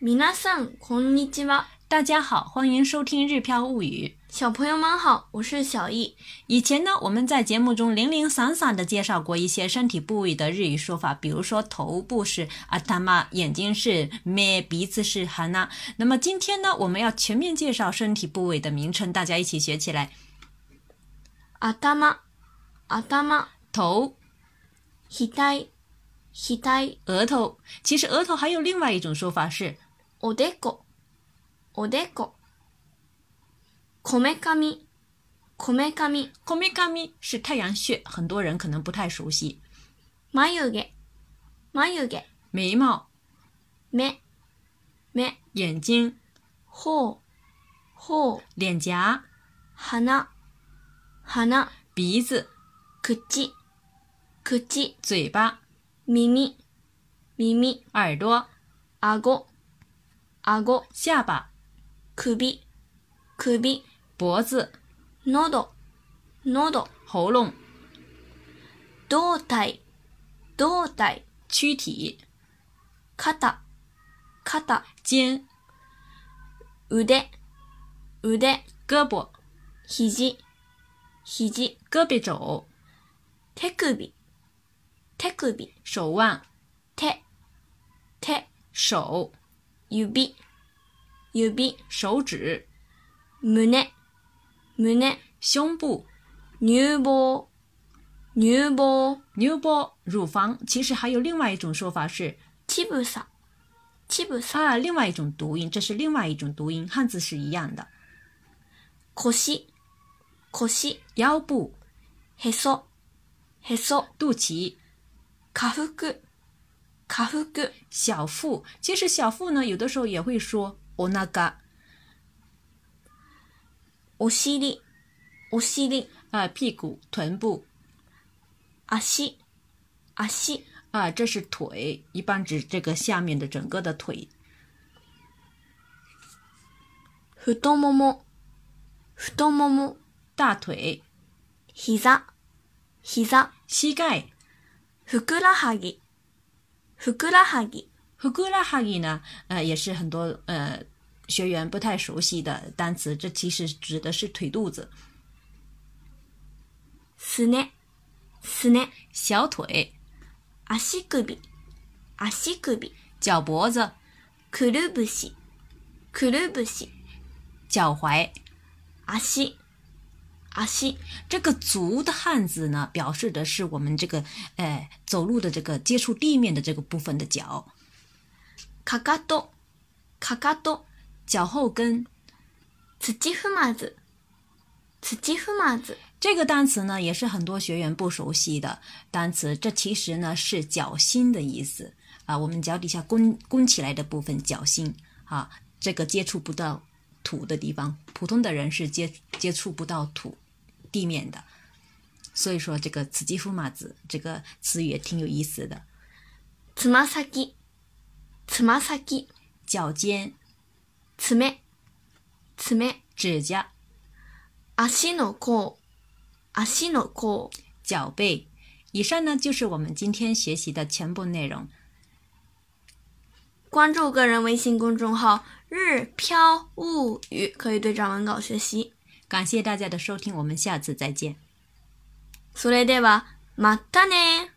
皆さんこんにちは。大家好，欢迎收听《日飘物语》。小朋友们好，我是小易。以前呢，我们在节目中零零散散的介绍过一些身体部位的日语说法，比如说头部是阿达玛，眼睛是咩，鼻子是哈娜。那么今天呢，我们要全面介绍身体部位的名称，大家一起学起来。頭、頭、头、額、額、额头，其实额头还有另外一种说法是おでこ、おでこ。こめかみ、こめかみ。 k o m i k a m i 是太阳穴，很多人可能不太熟悉。眉毛、眉毛。眉毛、目、目。眼睛、ほう、ほう。脸颊、鼻、鼻。鼻子、口、口。嘴巴、耳、耳。耳朵、顎、顎。下巴、首、首。脖子、喉、喉。喉咙、胴体、胴体、躯体、肩、肩、肩、腕、腕、胳膊、肘、肘、胳膊肘、手首、手首、手腕、手、手、手、指、指、手指、胸、胸、胸部、乳房、乳房、乳房、乳房。其实还有另外一种说法是乳房、乳房、啊，另外一种读音，这是另外一种读音，汉字是一样的。腰、腰、腰部、へそ、へそ、肚脐、下腹、下腹、小腹。其实小腹呢，有的时候也会说 o n a g a お尻、お尻、啊，屁股、臀部足、足。啊，这是腿，一般指这个下面的整个的腿。太もも、太もも、大腿、膝、膝、膝盖、ふくらはぎ、ふくらはぎ、ふくらはぎ呢，呃，也是很多呃学员不太熟悉的单词。这其实指的是腿肚子、すね、すね、小腿、足首、足首、脚脖子、くるぶし、くるぶし、脚踝。足、足、这个“足”的汉字呢，表示的是我们这个呃走路的这个接触地面的这个部分的脚，かかと、かかと、脚后跟。土踏まず、土踏まず、这个单词呢，也是很多学员不熟悉的单词。这其实呢是脚心的意思啊，我们脚底下弓弓起来的部分，脚心啊，这个接触不到土的地方，普通的人是接接触不到土地面的。所以说，这个“此基夫马子”这个词语也挺有意思的。つま先、つま先、脚尖、爪、爪、指甲、足の甲、足の甲。脚背。以上呢就是我们今天学习的全部内容。关注个人微信公众号“日飘物语”，可以对照文稿学习。感谢大家的收听，我们下次再见。それでは、またね